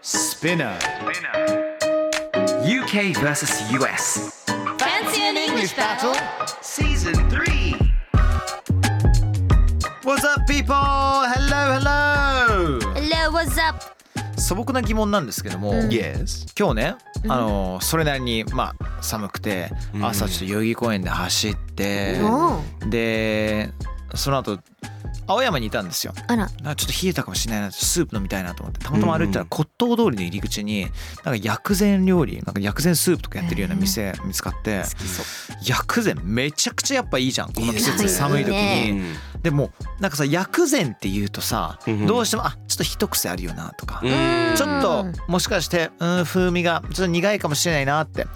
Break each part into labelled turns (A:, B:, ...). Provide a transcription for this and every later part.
A: Spinner.
B: UK versus US.
C: Fancy an English battle
B: Season 3.
A: What's up, people? Hello, hello.
D: Hello, what's up?
A: 素朴な疑問なんですけども、
E: Yes.
A: 今日ね、あのそれなりにまあ寒くて、朝ちょっと代々木公園で走って、
D: お
A: でその後青山にいたんですよ。
D: あら、
A: なんかちょっと冷えたかもしれないなスープ飲みたいなと思ってたまたま歩いてたら骨董通りの入り口になんか薬膳料理なんか薬膳スープとかやってるような店見つかって薬膳めちゃくちゃやっぱいいじゃんこの季
D: いい
A: 節
D: ね
A: 寒い時
D: いい
A: にでもなんかさ薬膳っていうとさどうしてもあちょっと一癖あるよなとかちょっともしかしてうん風味がちょっと苦いかもしれないなって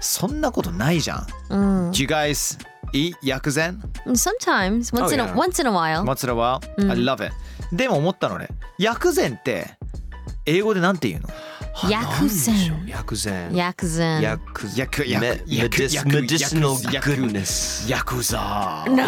A: そんなことないじゃん。
D: うん。
A: Do you guys eat 薬膳
D: Sometimes, once in a
E: yeah.
D: once in a while.
A: 松田は、
D: うん
A: I love it でも思ったのね薬膳って英語でなんて言うの
D: 薬膳。
E: Yakuza.
D: 薬膳。
E: Yakuza.
A: 薬
E: Me-
A: 薬
E: medis-
A: 薬
E: medicinal
A: 薬
E: goodness.
A: 薬ザ
D: No.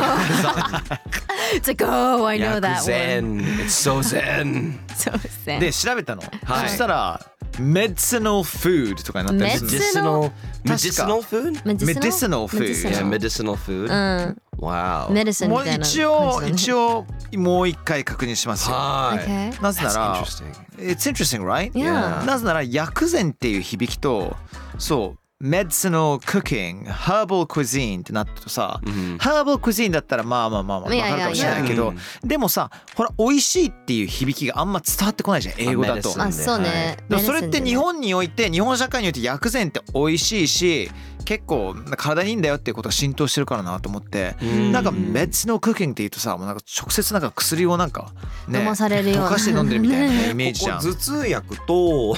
D: It's like, oh, I know that one.
E: Yakuzen. It's so zen.
D: そうですね。
A: で調べたの、
E: はい
A: そしたら medicinal food とかになったりする
E: Medicinal.
D: Medicinal-
E: Medicinal food?
A: medicinal food
E: Yeah,
D: Medicinal.
E: medicinal food.
D: うん。
E: Wow.
D: medicine
A: も
D: み
A: う
D: たいな感じ
A: 一
D: だね。
A: 応一
D: 応。
A: 応もう一回確認しますよ
E: Hi.
D: Okay.
A: なぜな
E: That's
A: ら
E: interesting.
A: It's interesting, right?
D: Yeah.
A: なぜなら薬膳っていう響きとそう medicinal cooking, herbal cuisine ってなってるとさ、herbal cuisine だったらまあまあまあまあ分
D: Yeah,
A: かるかもしれないけ
E: yeah,
A: ど、
E: yeah.
A: でもさほら美味しいっていう響きがあんま伝わってこないじゃん英語だと。
E: medicine
D: あ、そうね。
A: でもそれって日
D: medicine
A: 本において日本社会において薬膳って美味しいし結構体にいいんだよっていうことが浸透してるからなと思って、なんか medicinal cooking って言うとさもうなんか直接なんか薬をなんかね
D: 飲まされるような
A: 溶かして飲んでるみたいなイメージじゃん。
E: ここ頭痛薬と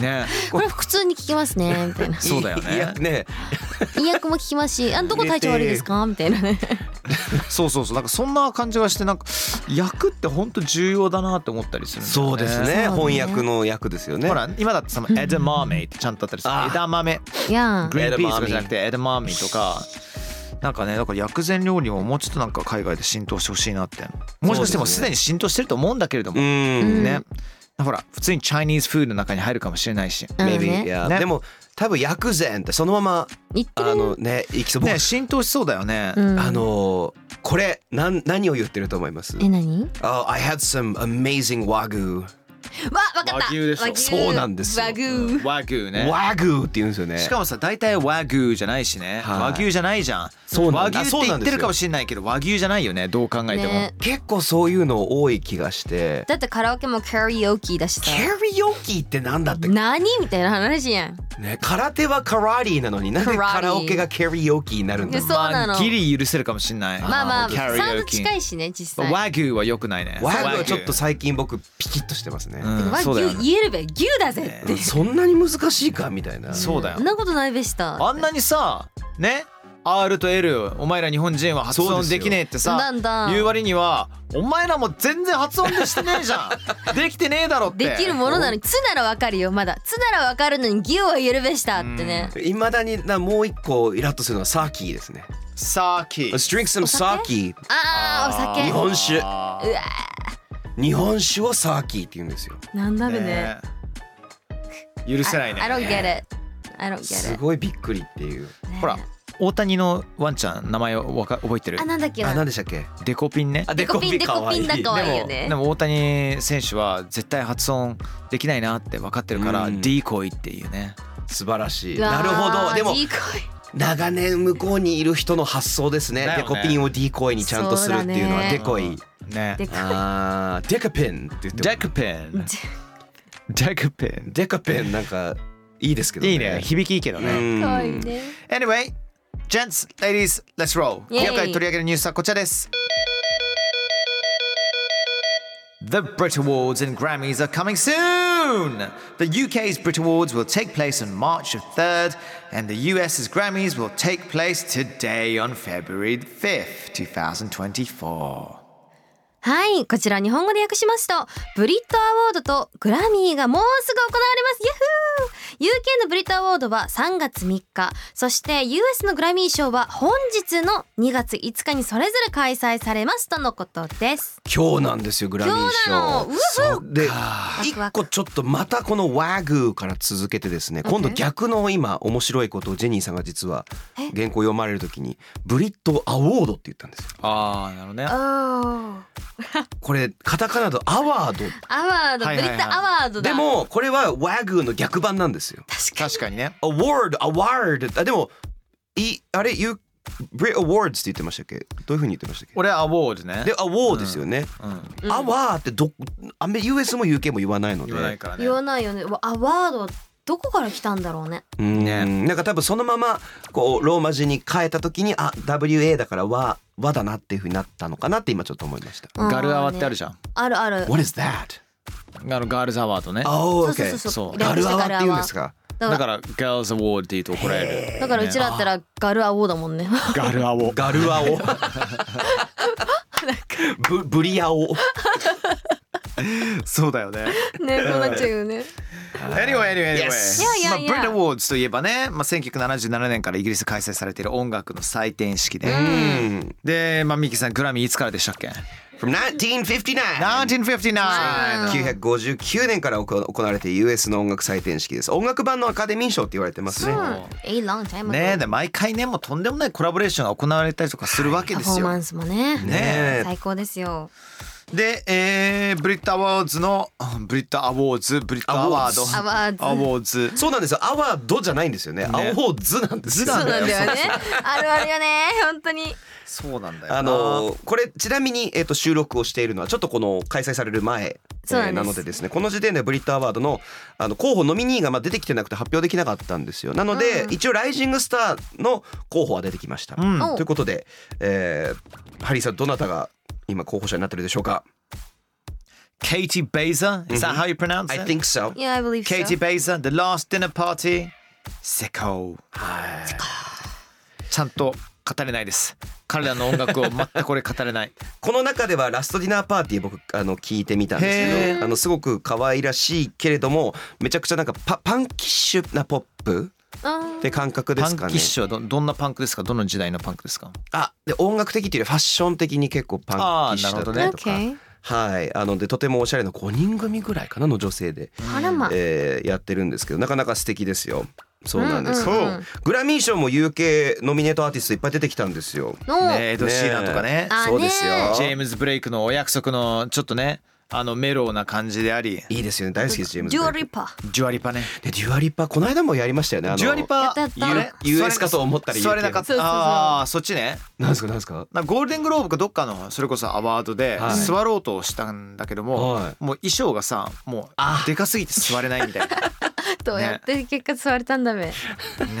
A: ね。
D: これ普通に聞きますねみたいな
A: そうだよね。
E: ね
D: 医薬も聞きますし、あ、どこ体調悪いですかみたいなね。
A: そうそうそう。なんかそんな感じがしてなんか薬って本当重要だなって思ったりするんだ
E: そ
A: よね。
E: うですね
D: そうね
E: 翻訳の訳ですよね
A: ほら今だってさ枝豆ってちゃんとあったりする
E: あー
A: 枝豆
D: いや
A: グリーンピースとかじゃなくて枝豆とか。なんかねだから薬膳料理ももうちょっとなんか海外で浸透してほしいなってもしかしてもうすでに浸透してると思うんだけれど
E: う
A: もね
E: ん
D: ん
A: ほら普通にチャイニーズフードの中に入るかもしれないし、
D: うん
E: maybe
D: ね
E: いや
A: ね
E: でも多分薬膳ってそのまま
D: 言って
E: あ
D: るね。
E: のねいきそう僕
A: ね浸透しそうだよね、
D: うん
E: あ。のこれなん何を言ってると思います
D: え、何？
E: Oh, I had some amazing wagyu
D: わ、わかった。
A: 和牛でしょ
D: 和牛
E: そうなんですよ
D: 和牛。
A: 和牛ね
E: wagyu って言うんですよね
A: しかもさ大体和牛じゃないしね、
E: はい
A: 和牛じゃないじゃん
E: そうな
A: 和
E: んだ
A: 牛って言ってるかもしれないけど和牛じゃないよねどう考えても、
D: ね。
E: 結構そういうの多い気がして
D: だってカラオケもカラオケだしさ。
E: カリオケってなんだって
D: 何みたいな話やん。
E: ね空手はカラリーなのになんで
D: カラリー
E: カラオケがカリオケになるんだ
D: そう
A: ま
D: な
A: あ
D: の。
A: ギリ許せるかもしれない
D: まあまあ、
A: キ
D: サ
A: ャリ
D: ウン
A: オ
D: ド
A: ケ
D: 近いしね、実際。
A: 和牛は良くないね
E: ワグはちょっと最近僕ピキッとしてますね、
A: うん
D: 和
A: そうだよ
D: 牛
A: ね
D: 言えるべ、牛だぜって。
E: そんなに難しいかみたいな
A: そうだよ
D: そんなことないべした。
A: あんなにさね R と L お前ら日本人は発
E: そうで
A: 音
E: すよ
A: できねえって
D: だ
A: さ
D: んだん
A: 言う割にはお前らも全然発音でしてねえじゃ んできてねえだろって
D: できるものなのに、つならわかるよ、まだ。つならわかるのに、牛は言えるべしたってね。
E: いまだになもう一個イラッとするのはサーキーですね
A: さっき
E: Let's drink some サーキ
D: ああ、
E: ー日
D: お
E: 本酒
D: 酒。うわ
E: 日本酒をサーキーって言うんですよ
D: ー、なんだべね。
A: ね許せな
D: I
A: いね
D: don't get it. I don't
E: す
D: get it.
E: ごいびっくりっていう
A: ほら大谷のワンちゃん名前をわか覚えてる
D: あ、なんだっけ
E: あ
D: な
E: 何。でしたっけ
A: デコピンね
E: あ
D: デコピン、デコピンだか
E: 可
D: わ
E: 愛
D: いいよね
A: で。も大谷選手は絶対発音できないなって分かってるから、
E: うん
A: ディーコイっていうね
E: 素晴らしいう
D: わ
E: な
D: ー
E: るほどでも
D: いい声
E: 長年向こうにいる人の発想ですね
A: だよね
E: デコピンをディコイにちゃんとするっていうの
D: そう
E: は
D: だ
E: デ
D: ね
E: コイ、
A: ね
D: でか
E: あーデカピンって言って
A: デコピンデコピン
E: デカピンなんかいいですけどね
A: いいね響きいいけどね、
E: うん
D: い。かわいいね。
A: Anyway Gents, ladies, let's roll
D: イエイ
A: 今回取り上げるニュースはこちらです The Brit Awards and Grammys are coming soon June. The UK's Brit Awards will take place on March the 3rd, and the US's Grammys will take place today on February 5th, 2024.
D: はい、こちら日本語で訳しますと、ブリットアワードとグラミーがもうすぐ行われます。ヤッフー !UK のブリットアワードは3月3日、そして US のグラミー賞は本日の2月5日にそれぞれ開催されますとのことです。
E: 今日なんですよグラミー賞
D: 今日なのうわ
E: そうで一
D: ワク
E: 個ちょっとまたこのワグーから続けてですね今度
D: Okay
E: 逆の今面白いことをジェニーさんが実は原稿読まれるときにブリットアワードって言ったんですよ
D: おー
E: これカタカナでアワード
D: アワード、
A: はい
D: ブ
A: はいはい
D: リットアワードだ。
E: でもこれはワグーの逆版なんですよ
A: 確かにね。
E: アワードアワードあでもいあれ You Brit Awards って言ってましたっけどういうふうに言ってましたっけ
A: 俺はアウォードね。
E: でアワードですよね、
D: うん
E: アワーってどアメ US も UK も言わないので
D: 言わないよね。わアワードはどこから来たんだろうね。
E: うん
A: ね
E: なんか多分そのままこうローマ字に変えた時にあ WA だから和和だなっていうふうになったのかなって今ちょっと思いました。
D: うん
A: じゃん。
D: あるある。
E: What is that?
A: あのガールズアワードね。
E: Oh,
D: そう
E: okay.
D: そうそうそう。
E: ガ
D: 略
E: ルア
D: して
E: ワって言うんです
D: ガル
E: か。
D: アワだから
A: らガールズアワードって言うと怒られる
D: だからうちらだったらガルアワーだもんね。
A: ガルアワー。
E: ガルアオ。 ブブリアオ。
A: そうだよね。
D: ねこうなっちゃうよね。
A: Anyway, anyway, anyway.
E: Yes.
D: いやいやいや
A: まあ、ブリット・アワーズといえばね、まあ、1977年からイギリスで開催されている音楽の祭典式で。
E: うん。
A: で、まあ、ミキさん、グラミーいつからでしたっけ
E: From 1959.
A: 1959!
E: 959年から行行われている US の音楽祭典式です。音楽版のアカデミー賞って言われてますね。
D: A long time ago
A: ねえで毎回ねもうとんでもないコラボレーションが行われたりとかするわけ
D: パ
A: で
D: フォ
A: す
D: ーマ
A: よ。
D: ンスもね。
E: ねえ
D: 最高ですよ。
A: で、えー、ブリット・アワーズのブリット・アワーズブリット・アワード
D: アワーズ
A: アワーズ
E: そうなんですよ。アワードじゃないんですよね。アワーズなんですよ。
D: そうなんだよね。あるあるよね。本当に。
A: そうなんだよな
E: あのーこれちなみに、えっと収録をしているのはちょっとこの開催される前
D: そうなんです
E: なのでですねこの時点でブリットアワードのあの候補ノミニーがまあ出てきてなくて発表できなかったんですよなので、一応「ライジングスター」の候補は出てきました、
A: うん
D: お
E: ということで、えーハリーさんどなたが今候補者になってるでしょうか
A: Katie Baser is that how you pronounce
E: I
A: it?
E: think so
D: Yeah, I believe so.
A: Katie Baser The Last Dinner Party Sicko ちゃんと語れないです彼らの音 楽を全くこれ語れない
E: この中ではラストディナーパーティー僕あの聞いてみたんですけ
A: へ
E: どあのすごく可愛らしいけれどもめちゃくちゃなんかパパンキッシュなポップ
D: うん
E: って感覚で
A: パン
E: す
A: キ
E: かね
A: ッシュはどどんなパンクですかどの時代のパンクですか
E: あで音楽的っていうよりファッション的に結構パンキッシュだったりとか、
D: あーなるほどね
E: はいあのでとてもおしゃれな5人組ぐらいかなの女性で、
D: あらま。
E: えーやってるんですけどなかなか素敵ですよそうなんです、
D: うんうんうん
E: グラミー賞も UK ノミネートアーティストいっぱい出てきたんですよ
D: の。
A: ねエド・シーランとかね
D: あ
E: そうですよ
D: ね
A: ジェームズ・ブレイクのお約束のちょっとねあのメロウな感じであり
E: いいですよね大好きですジェームズ
D: ジュ
E: ブ
D: ア
E: レイ
D: リ
E: ク
D: パ。
A: ジュアリパね
E: でデュアリパこの間もやりましたよねあの
A: ジュアリ
D: やっ
A: パ
D: たやった
E: あれ US かと思ったら UK
A: 座れなかっ
D: そうそうそう
A: たああーそっちね
E: なんですかなんですか
A: なんかゴールデングローブかどっかのそれこそアワードで
E: はい
A: 座ろうとしたんだけども、
E: はい
A: もう衣装がさも
E: あ
A: うでかすぎて座れないみたい な
D: どうやって結果座れたんだべ。
A: ね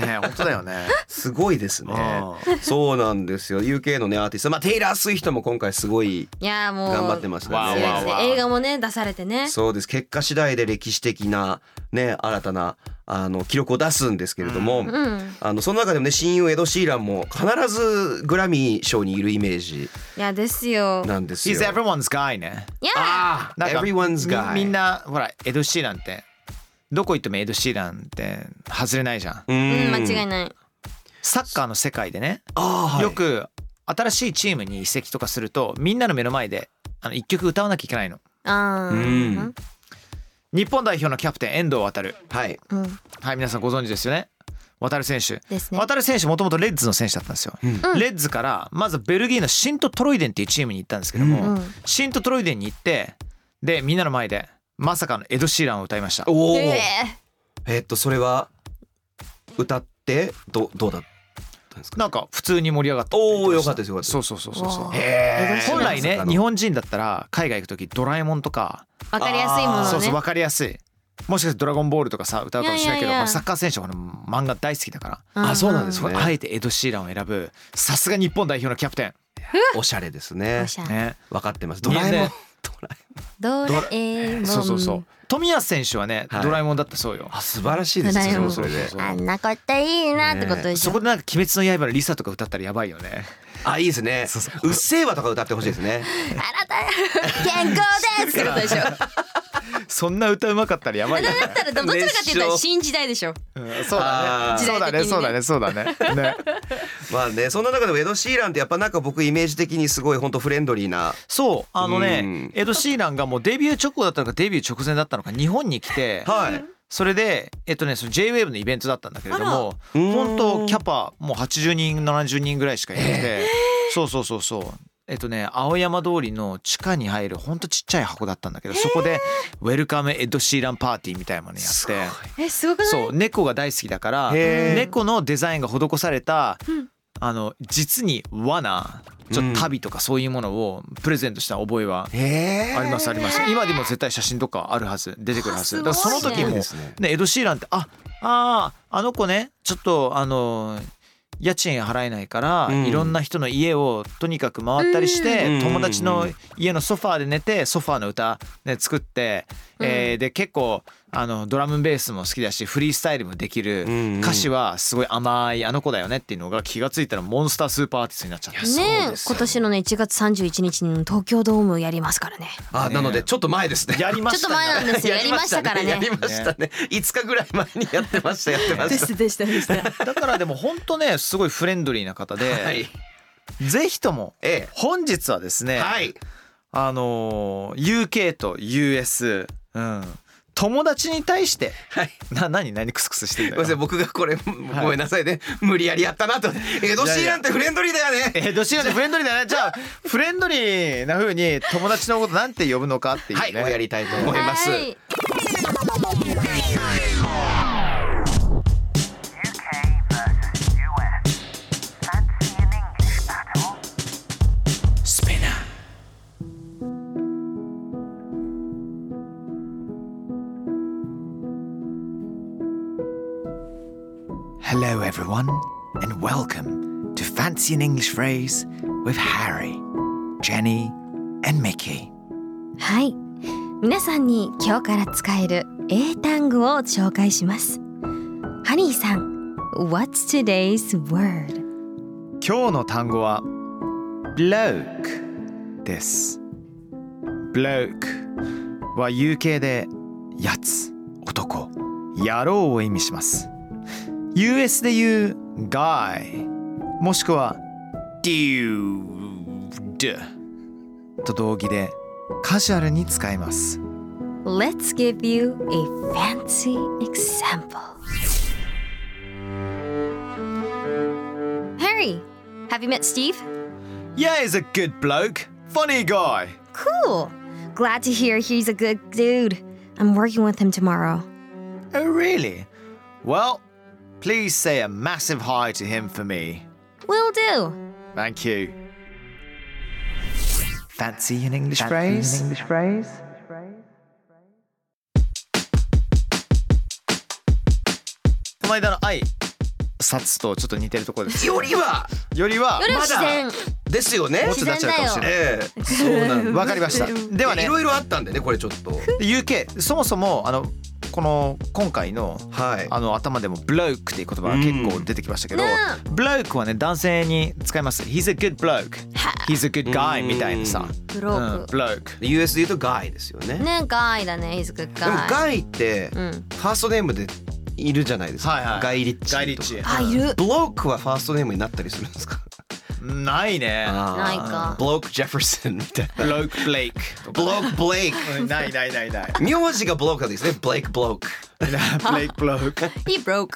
A: え本当だよね。
E: すごいですね
A: あ
E: そうなんですよ UK のねアーティストまあテイラー・スウィフトも今回すごい
D: いやーもう。
E: 頑張ってましたね
A: わ
D: 強
A: ー
D: いで
A: わ
D: す
A: ー
D: ね
A: わー
D: 映画もね出されてね。
E: そうです結果次第で歴史的な、ね、新たなあの記録を出すんですけれども、
D: うん。
E: あのその中でもね親友エド・シーランも必ずグラミー賞にいるイメージ
D: いやですよ。
E: なんですよ
A: He's。everyone's guy ね。
D: いやー。
E: ああ
A: なんか
E: everyone's guy
A: みみんなほらエド・シーランってどこ行ってもエド・シーランって外れないじゃん。
E: う
D: うんん間違いない。
A: サッカーの世界でね、
E: あーはい
A: よく新しいチームに移籍とかするとみんなの目の前であの一曲歌わなきゃいけないの。
D: ああ。
E: うん
A: 日本代表のキャプテン遠藤航。
E: はい
D: うん。
A: はい皆さんご存知ですよね渡選手、
D: ですね。
A: 渡選手もともとレッズの選手だったんですよ、
D: うん
A: レッズからまずベルギーのシント・トロイデンっていうチームに行ったんですけども、
D: うん
A: シント・トロイデンに行ってでみんなの前でまさかのエド・シーランを歌いました
E: おお、
D: え
E: えーっとそれは歌ってどどうだったんですか
A: なんか普通に盛り上がった
E: おおよかったですよかったです
A: そうそうそうそうそう
D: わあ
E: へー
A: 本来
E: まさ
A: ね
E: かの
A: 日本人だったら海外行く時ドラえもんとか、
D: わかりやすいもの
E: あ
D: ね。
E: ー
A: そうそう分かりやすいもしかして「ドラゴンボール」とかさ歌うかもしれないけ
D: いやいや
A: ど
D: いや
A: まあサッカー選手はこの漫画大好きだから
E: あそうなんです
A: そ
E: ね
A: うあえてエド・シーランを選ぶさすが日本代表のキャプテ
E: おしゃれです
D: お
E: ね
D: しゃ
A: ン
D: れ
A: ね
E: 分かってますドラえもん
A: ね
E: ドラえもん
D: ドラえもん。
A: そうそうそう。富安選手はね、
E: はい
A: ドラえもんだったそうよ
E: あ素晴らしいですね
D: ドラえ
E: それ
D: もん
E: もそれで
D: あんなこといいなってことでし
A: そ
D: ょ、
A: こでなんか「鬼滅の刃」のリサとか歌ったらやばいよね
E: あいいですねうっせーわとか歌ってほしいですね
D: あなた健康ですってことでしょだ
A: そんな歌うまかったらやばいよね
D: ったらどどちらかって言ったら新時代でしょ
A: うんそうだ
E: あー
A: ねそうだねそうだねそうだね ね
E: まあねそんな中でもエド・シーランってやっぱなんか僕イメージ的にすごい本当フレンドリーな
A: そうあのね、
E: うん
A: エド・シーランがもうデビュー直後だったのかデビュー直前だったのか日本に来て
E: はい
A: それでえっとねその JWAVE のイベントだったんだけれども
E: あら
A: 本当キャパもう80人70人ぐらいしかいなくてそうそうそうそうえっとね青山通りの地下に入るほんとちっちゃい箱だったんだけどそこでウェルカムエド・シーランパーティーみたいなのやっ
E: すごい
A: て。
D: えすごくない
A: そう猫が大好きだから
E: へー
A: 猫のデザインが施された、
D: うん
A: あの実に罠ちょっと旅とかそういうものをプレゼントした覚えは
E: へー
A: ありますあります今でも絶対写真とかあるはず出てくるはずだからその
D: すごい
A: 時
D: ね
A: も
E: すね
A: ねエド・シーランってああーあの子ねちょっとあの家賃払えないから、
E: うん
A: いろんな人の家をとにかく回ったりして、
E: うん
A: 友達の家のソファーで寝てソファーの歌、ね、作って、えーで結構あのドラムベースも好きだしフリースタイルもできる、
E: うんうん
A: 歌詞はすごい甘いあの子だよねっていうのが気がついたらモンスタースーパーアーティストになっちゃった。
D: ねえ今年のね1月31日に東京ドームやりますからね
E: あなのでちょっと前ですね
A: やりま
D: ちょ
A: し
D: っと
A: た
D: 前なんですよや
E: や
D: り
E: り
D: ま
E: ま
D: し
E: したた
D: から
E: ね
D: ね
E: やりましたね5日ぐらい前にやってましたやってました
D: でしたでした
A: だからでも本当ねすごいフレンドリーな方で、
E: はい
A: ぜひとも
E: え
A: 本日はですね、
E: えはい
A: あのー UK と US、うん、友達に対して
E: はい
A: な何何クスクスしてんだ
E: ごめ
A: よ
E: んなさい僕がこれごめんなさいね無理やりやったなとエド・シーランってフレンドリーだよね
A: えーどちらでフレンドリーだねじゃあフレンドリーな風に友達のことなんて呼ぶのかっていう
E: はい
A: ね、
E: もうやりたいと思います
D: はい
A: Hello, everyone, and welcome to Fancy an English Phrase with Harry, Jenny, and Mickey.
D: はい皆さんに今日から使える英単語を紹介しますハニーさん What's today's word?
A: 今日の単語は bloke です。bloke は UK でやつ、男、野郎を意味します。US で言う guy もしくは dude と同義でカジュアルに使います。
D: Let's give you a fancy example Harry, have you met Steve?
A: Yeah, he's a good bloke. Funny guy.
D: Cool. Glad to hear he's a good dude. I'm working with him tomorrow.
A: Oh, really? Well, please say a massive hi to him for me.
D: Will do.
A: Thank you. Fancy an English phrase? phrase? この間の愛、札とちょっと似てるところです。
E: よりは
A: よりは、
D: 夜
E: まだ
D: 自然。
E: ですよね
A: もうちょっとなっちゃうかもしれない。
E: ええそうなんだ
A: わかりました。ではね
E: い、ろいろあったんでねこれちょっと
A: UK、そもそも、あの、この今回の
E: はい
A: あの頭でも「ブローク」っていう言葉が結構出てきましたけど、ブロークはね男性に使います「He's a good bloke」「He's a good guy」みたいなさ
D: ブ
A: 「
D: ロ
A: う
D: ー
A: ん
D: ク。
A: ブローク
E: US で言うとガイですよね
D: ね、ガイだね。He's a good
E: でも
A: Oh,
D: guy.
E: ガイってフ
D: うん
E: ァーストネームでいるじゃないですか、
A: はいはい
E: ガイリッチとか
A: ガイリッチ
D: あ、いる。
E: ブロックはファーストネームになったりするんですか
A: ないね
D: ないか
E: ブロック・ジェフェルソンみたいな
A: ブローク・ブレイクとか
E: ブロック・ブレイク
A: うんないないないない
E: 名字がブロックなんですねブレイク・ブロック
A: ブレイク・ブローク
D: He broke.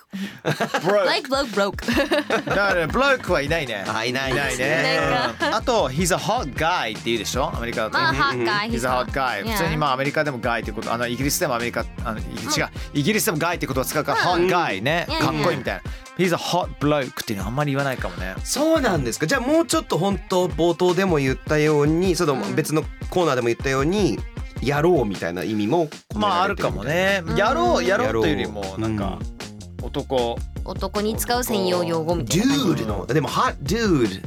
A: ブロー
D: Like broke broke.
A: クだからブロークはいないね
E: あいない
A: い
E: で
A: ない
E: すね
A: ね
D: なん
A: うんあと「He's a hot guy」って言うでしょアメリカだと
D: まあ、hot guy.
A: Mm-hmm. He's a hot guy 普通にまあアメリカでも guy ってことあのイギリスでもアメリカあのイギリス違うイギリスでも guy ってことを使うから hot guy ね
D: いやいや
A: かっこいいみたいな He's a hot bloke っていうのはあんまり言わないかもね
E: そうなんですかじゃあもうちょっと本当冒頭でも言ったようにその別のコーナーでも言ったようにやろうみたいな意味も込め
A: まああ
E: られ
A: る
E: てみた
A: か
E: いな
A: もねやろうやろうというよりも
E: やろう
A: なんか男 Oh.
D: 男に使う専用用語みたいな感じ。
E: dude のでも hot dude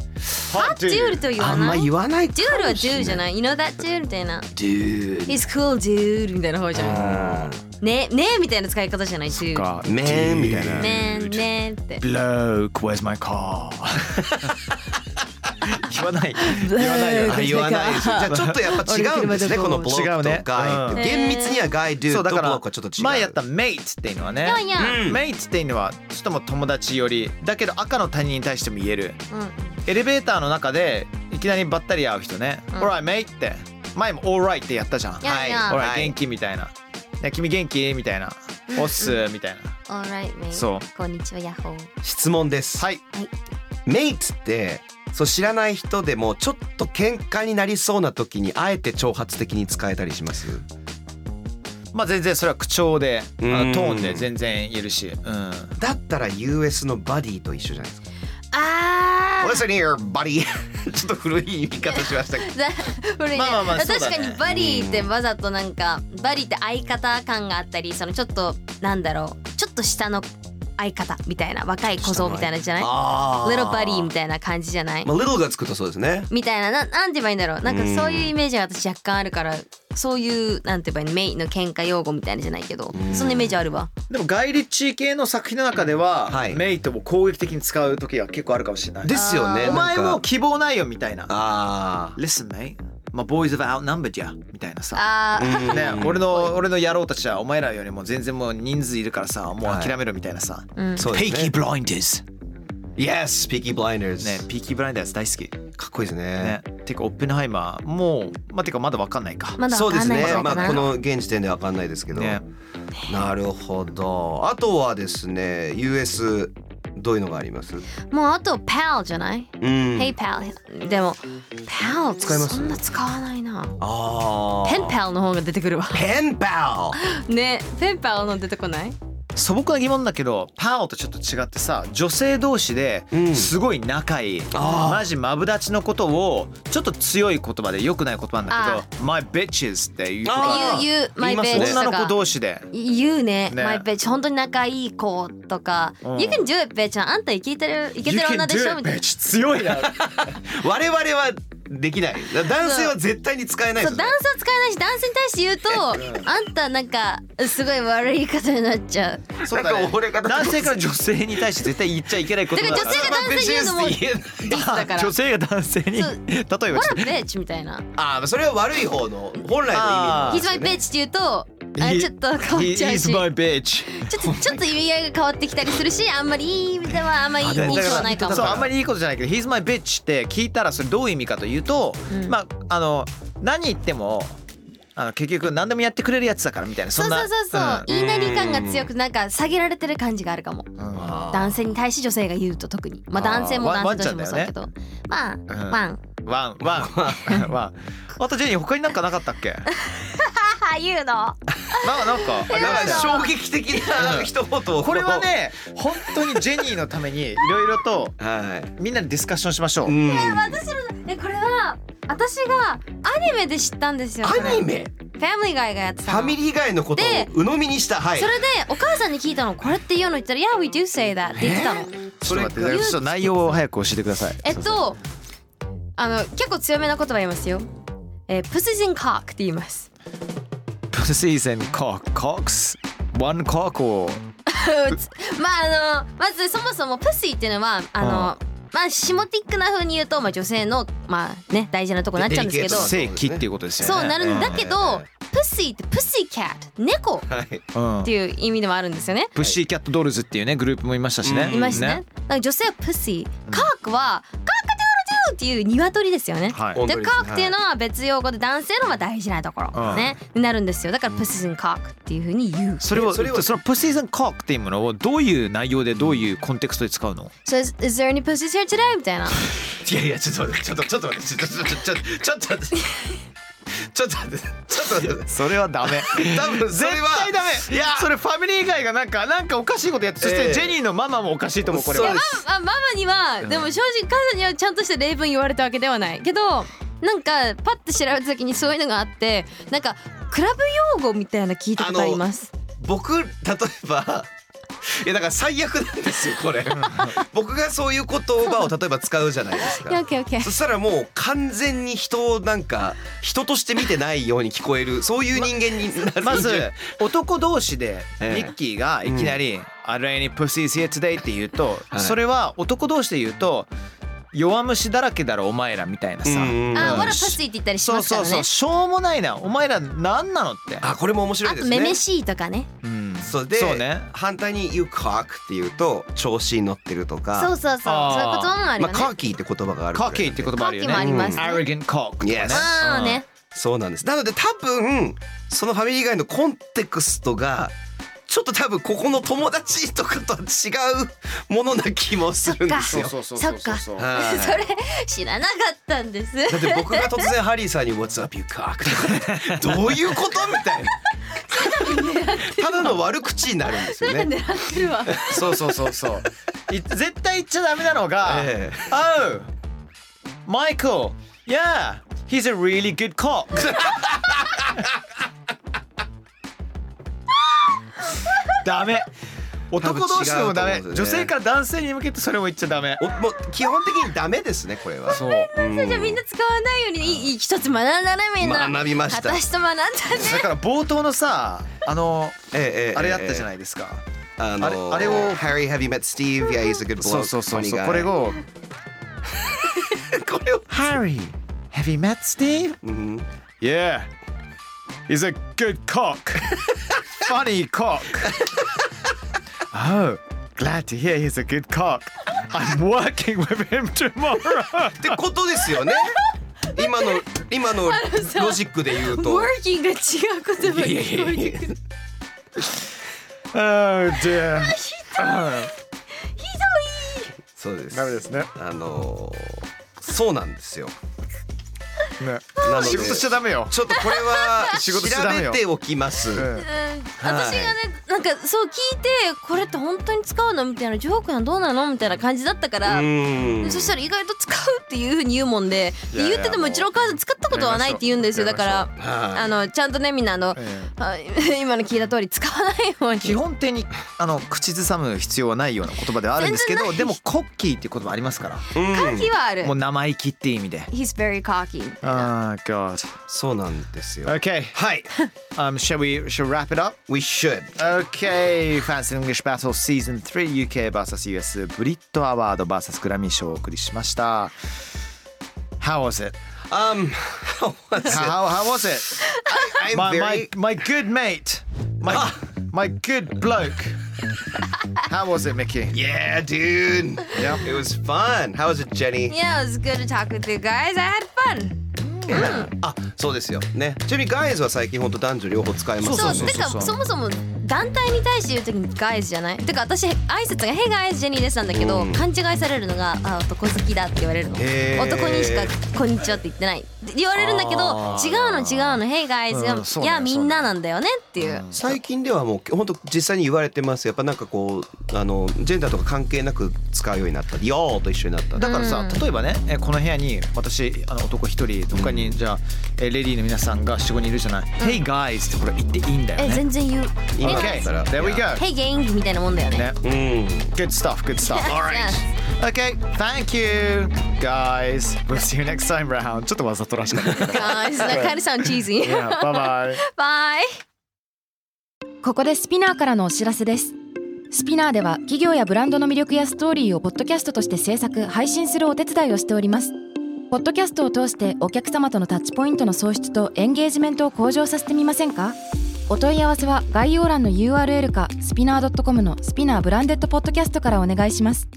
D: ハッジュールと言わ
A: あんま
D: ない
A: 言わない
D: ジュールはジュールじゃない You know that ジュールみたいな
A: デュー
D: It's cool ジュールみたいな方じゃないねねみたいな使い方じゃないジュール
A: か
E: ねえみたいな
D: ねねって
A: ブローク Where's my car 言わない言わない よ
E: あ言わないですじゃあちょっとやっぱ違うんですねこのブロックとガイ、
D: 違うねうん
E: 厳密にはガイドゥ
A: そ
E: と
A: う
E: ブロ
A: だか
E: ッ
A: ら
E: クはちょっと違う
A: 前やったメイツっていうのはね
D: いやいや
E: うん
A: メイツっていうのはちょっともう友達よりだけど赤の他人に対しても言えるエレベーターの中でいきなりばったり会う人ね「
D: うん
A: Alright mate」って前も「Alright」ってやったじゃん「
D: やいや
A: Alright、
E: はい
A: 元気」みたいな「ね君元気?」みたいな「おっす」みたいな
D: Alright mate
A: そう
D: こんにちはヤッホー
E: 質問です、
A: はい
E: メイツってそう知らない人でもちょっと喧嘩になりそうな時にあえて挑発的に使えたりします
A: まあ全然それは口調であ
E: うん
A: のトーンで全然言えるしうん
E: だったら US のバディと一緒じゃないですか
D: あ ー
E: Listen here, buddy ちょっと古い言い方しましたけど
D: 古いね
A: まあまあまあそ
D: 確
A: うだ
D: か
A: ね
D: にバリーってわざとなんかバリーって相方感があったりそのちょっとなんだろうちょっと下の相方みたいな若い小僧みたいなんじゃない
E: あ
D: リ l バリーみ
E: た
D: たいな感じじゃない、
E: まあ、little がつくとそうですね
D: みたいなななんて言えばいいんだろうなんかそういうイメージが私若干あるからそういうなんて言えばいいのメインの喧嘩用語みたいなじゃないけどそんなイメージあるわ
A: でもガイリッチー系の作品の中では、
E: はい
A: メイトを攻撃的に使う時が結構あるかもしれない
E: ですよね
A: お前
E: なんか
A: も希望ないよみたいな
E: あ
A: Listen mate my boys have outnumbered ya みたいなさ
D: あー
E: あ、
A: ね、俺の俺の野郎たちはお前らよりも全然もう人数いるからさもう
E: はい
A: 諦めろみたいなさ、
D: うん
E: そうで
A: ピーキ
E: す
A: ー
E: ね
A: ブラインダーズ
E: Yes, Peaky Blinders
A: ねピーキーブラインダーズ大好き
E: かっこいいですね
A: ねてかオッペンハイマーもうまあてかまだわかんないか、
D: まだ
E: そう
D: わ
E: で
D: か
E: す
D: んない
E: ね
D: んじゃない
E: ま
D: かな
E: あこの現時点でわかんないですけど、
A: ね
E: なるほどあとはですね US どういうのがあります
D: もうあと PAL じゃない、
E: うん、
D: ?Hey PAL でも PAL
E: 使います
D: そんな使わないな
E: ああ
D: ペン PAL の方が出てくるわ
E: ペンパ
D: ねペン PAL の出てこない
A: 素朴な疑問だけどパオとちょっと違ってさ女性同士で
E: うん
A: すごい仲いい、
E: あー
A: マジマブダチのことをちょっと強い言葉でよくない言葉なんだけど「my bitches」っていう言
E: あ
A: 葉
E: ー
D: 言う言う
E: 言
D: My
E: いますね
D: bitch
A: 女
D: と
A: の
D: か
A: 子同士で
D: 言うね
A: ね
D: My bitch 本当に仲いい子とか、
A: うん
D: You can do it bitch あんたイケてるイ
A: 「
D: ケてる女でし
A: You
D: ょ
A: can do
D: みた
A: it,
D: いな
A: bitch 強いな
E: ー我々はできない男性は絶対に使えないで
D: そう
E: すよ
D: ダンスは使えないしダンスに対して言うとあんたなんかすごい悪い言い方になっちゃう
A: そう
E: な
A: だ
E: んか俺が
A: ね、男性から女性に対して絶対言っちゃいけないこと
D: だから女性が男 性に言うのも
E: まあ bitches って言え
D: ディスだから
A: 女性が男性に例
D: そう
A: えばちょっ
D: What a bitch みたいな
E: ああそれは悪い方の本来の
A: あー
E: 意
D: He's
E: 味な
D: my
E: んです
D: bitch って言うとあ
A: He-
D: ちょっと変わっちゃう
A: He's
D: し
A: my bitch
D: ちょっとちょっと意味合いが変わってきたりするしあんまりいい意味ではあんまりいい
A: だ
D: 印象はないかも
A: そうあんまりいいことじゃないけど「He's my bitch」って聞いたらそれどういう意味かというと、
D: うん
A: まああの何言ってもあの結局何でもやってくれるやつだからみたいな
D: そ
A: そ
D: うん
A: な
D: そうそうそう、言いなり感が強くなんか下げられてる感じがあるかも
A: うんうん
D: 男性に対して女性が言うと特にまあ
A: あー
D: 男性も
A: ワン
D: 男性としてもそうだけどまあ
A: ん
D: ワン
A: ワンワンワンあとジェニー他になんかなかったっけな
D: ああ言うの
A: なんか
E: なんか衝撃的な一言を
A: これはね本当にジェニーのためにいろいろと
E: は
A: みんなでディスカッションしましょう、
E: い、うん、
D: えこれは私がアニメで知ったんですよこれ
E: アニメ
D: ファミリーガイがやって
E: フ
D: たの
E: ァミリー以外のことを
D: で
E: 鵜呑みにしたはい
D: それでお母さんに聞いたのこれって言うの言ったら「Yeah we do say that」って言ってたの
A: ちょっと待ってだからちょっと内容を早く教えてください
D: えっとあの結構強めな言葉言いますよえー、プスジンカークって言います
A: Pussies and cock cocks one cock or
D: まああのまずそもそもプスイっていうのはあのまあシモティックな風に言うと、まあ、女性のまあね大事なとこになっちゃうんですけど
E: デリケート
A: 正規っていうことですよね
D: そうなるんだけどプスイってプシーキャット猫っ
E: はい
A: うん
D: ていう意味でもあるんですよね
A: プッシーキャットドールズっていうねグループもいましたしね。
E: うん
D: いましたね。だから女性はプシー、カークはカークドゥルドゥっていう鶏ですよね。
A: はい。
E: お
D: で
E: 鶏ですね
D: カークっていうのは別用語で男性のまあ大事なところ
A: うん
D: ね、になるんですよだからプシーンカークっていうふうに言う。
A: それを
E: そ
A: そ
E: れを
A: のプッシーズンコックっていうものをどういう内容でどういうコンテクストで使うの？
D: So is, is there any pussies here today? みたいな。
E: いやいやちょっと待ってちょっとちょっと待ってちょっとちょっとちょっとちょっと待ってちょっと待ってちょっと待って
A: それはダメ。
E: 多分そ
A: 絶
E: れは
A: 対ダメ。
E: いや
A: それファミリー以外がなんかなんかおかしいことやって、そし
E: ええ
A: てジェニーのママもおかしいと思うこれ
E: そう
A: は
E: で。
D: あママにはでも正直彼女にはちゃんとした例文言われたわけではないけどなんかパッて調べた時にそういうのがあってなんかクラブ用語みたいなの聞いたことあります。
E: 僕例えばやだから最悪なんですよこれ 僕がそういう言葉を例えば使うじゃないですか
C: オッケーオッケー
E: そしたらもう完全に人をなんか人として見てないように聞こえるそういう人間になる
A: まず男同士で
E: ええ
A: ミッキーがいきなり「あれに pussy is here today」って言うと
E: はい
A: それは男同士で言うと「弱虫だらけだろお前ら」みたいなさ
E: うん
D: あ、わらパスイって言ったりし
A: そ
D: ま
A: う
D: すから
A: そう
D: ね。
A: そうしょうもないなお前ら何なのって
E: あこれも面白い
D: あ
E: で
D: と、
E: すね
D: めめしいとかね。
A: うん
E: そうで
A: そうね
E: 反対に「You cock」っていうと調子に乗ってるとか
D: そうそうそう、そう
A: あー
D: いうこともあるよ
E: まあ、
D: ね。
E: カーキーって言葉がある
A: カーキーって言葉あるよね。
D: カーキー
E: もあります
D: ね
A: Arrogant cock とかね。
E: Yes
D: ああね。
E: そうなんですなので多分そのファミリー街のコンテクストがちょっと多分ここの友達とかとは違うものな気もするんですよ。
A: うそ
D: そ
A: そう
E: はい
D: それ知らなかったんです。
E: だって僕が突然ハリーさんに「What's up you cock」と かどういうことみたいなただの悪口になるんですよね。
D: 狙ってるわ。
A: そうそうそうそう。い絶対言っちゃダメなのが、
E: え
A: Oh, Michael, yeah, he's a really good cock. ダメ。男同士でもダメ、
E: 多分違うと思うんですよね
A: 女性から男性に向けてそれも言っちゃダメ。
E: おもう基本的にダメですねこれは。
A: そう。
D: それじゃあみんな使わないようにいい一つ学んだねみんな。
E: 学びました
D: 私と学んだね。
A: だから冒頭のさ、あの、
E: ええええ
A: あれあったじゃ
E: い。
A: ないですか。
E: あの
A: あれあれを
E: Harry have you met Steve? Yeah, he's a good bloke.
A: そうそうそう
E: funny
A: そう。
E: guy.
A: これを
E: これを
A: Harry, have you met Steve?
E: うん
A: Yeah. He's a good cock. Funny cock. oh, glad to hear he's a good cock. I'm working with him tomorrow.
E: ってことです よね。今の今のロジックで言うと。
D: working が違う言葉に聞こえてくる。
A: oh dear.
E: そうです。
A: ダメですね。
E: あのーそうなんですよ。
A: ね
E: なので
A: 仕事しちゃダメよ。
E: ちょっとこれは
A: 仕事しちゃダメ
E: 調
A: よ
E: べておきます。
A: うん
D: うん私がねなんかそう聞いてこれって本当に使うのみたいなジョークなんどうなのみたいな感じだったから。
E: うん
D: そしたら意外と使うっていうふうに言うもんで
A: いやいや
D: 言っててもうちのお母さん使ったことはないって言うんですよ
A: や
D: だ
A: りまし
D: か
A: ょう
D: ら
E: はい
D: あのちゃんとねみんなあ の、
A: え
D: はい今の聞いた通り使わないように
A: 基本的にあの口ずさむ必要はないような言葉ではあるんですけどでもコッキーっていう言葉ありますか
E: うん
D: 感じはある
A: らもう生意気っていう意味で
D: He's very cocky みたいな
A: Oh god
E: そうなんですよ。
A: Okay
E: はい
A: um, shall we shall we wrap it up?
E: We should
A: Okay, Fancy English Battle Season 3 UK vs US ブリットアワード vs グラミー賞をお送りしました。How was it?
E: um
A: How, how was it?
E: I'm
A: My, my,
E: very
A: my good mate. My, my good bloke. How was it, Mickey?
E: yeah dude
A: Yeah.
E: it was fun how was it Jenny
D: Yeah, it was good to talk with you guys. I had fun.
E: あそうですよねちなみにガイズは最近本当男女両方使えます
D: そう
E: よね
D: てかそもそも団体に対して言うときに「ガイズ」じゃないてか私挨拶が「ヘガイズジェニーです」なんだけど、勘違いされるのが「あ男好きだ」って言われるの
E: へー
D: 男にしか「こんにちは」って言ってないって言われるんだけど違うの違うの「ヘガイズ」
A: うんそう
D: い
A: ね
D: やみんななんだよね」っていう、
E: 最近ではもう本当実際に言われてますやっぱなんかこうあのジェンダーとか関係なく使うようになった「よー」と一緒になった
A: だからさ、例えばね、えこの部屋に私、あの男一人、他にじゃあ、えレディーの皆さんが4、5人いるじゃない。Hey guys ってこれ言っていいんだよ
D: え
A: ね。
D: 全然言う「
E: 今だ
A: Okay,
E: ったら
A: there we go.
D: ヘイゲインギ」みたいなもんだよね
A: ね。
E: うん
A: Good stuff, good stuff.
D: Yes, yes.
A: Okay, thank you, guys. We'll see you next time round. ちょっとわざとらしかった けど。
D: ガイズなカルさんチーズ
A: yeah, bye bye.
D: バイ
C: ここでスピナーからのお知らせです。スピナーでは企業やブランドの魅力やストーリーをポッドキャストとして制作・配信するお手伝いをしております。ポッドキャストを通してお客様とのタッチポイントの創出とエンゲージメントを向上させてみませんかお問い合わせは概要欄の URL かスピナー .com のスピナーブランデッドポッドキャストからお願いします。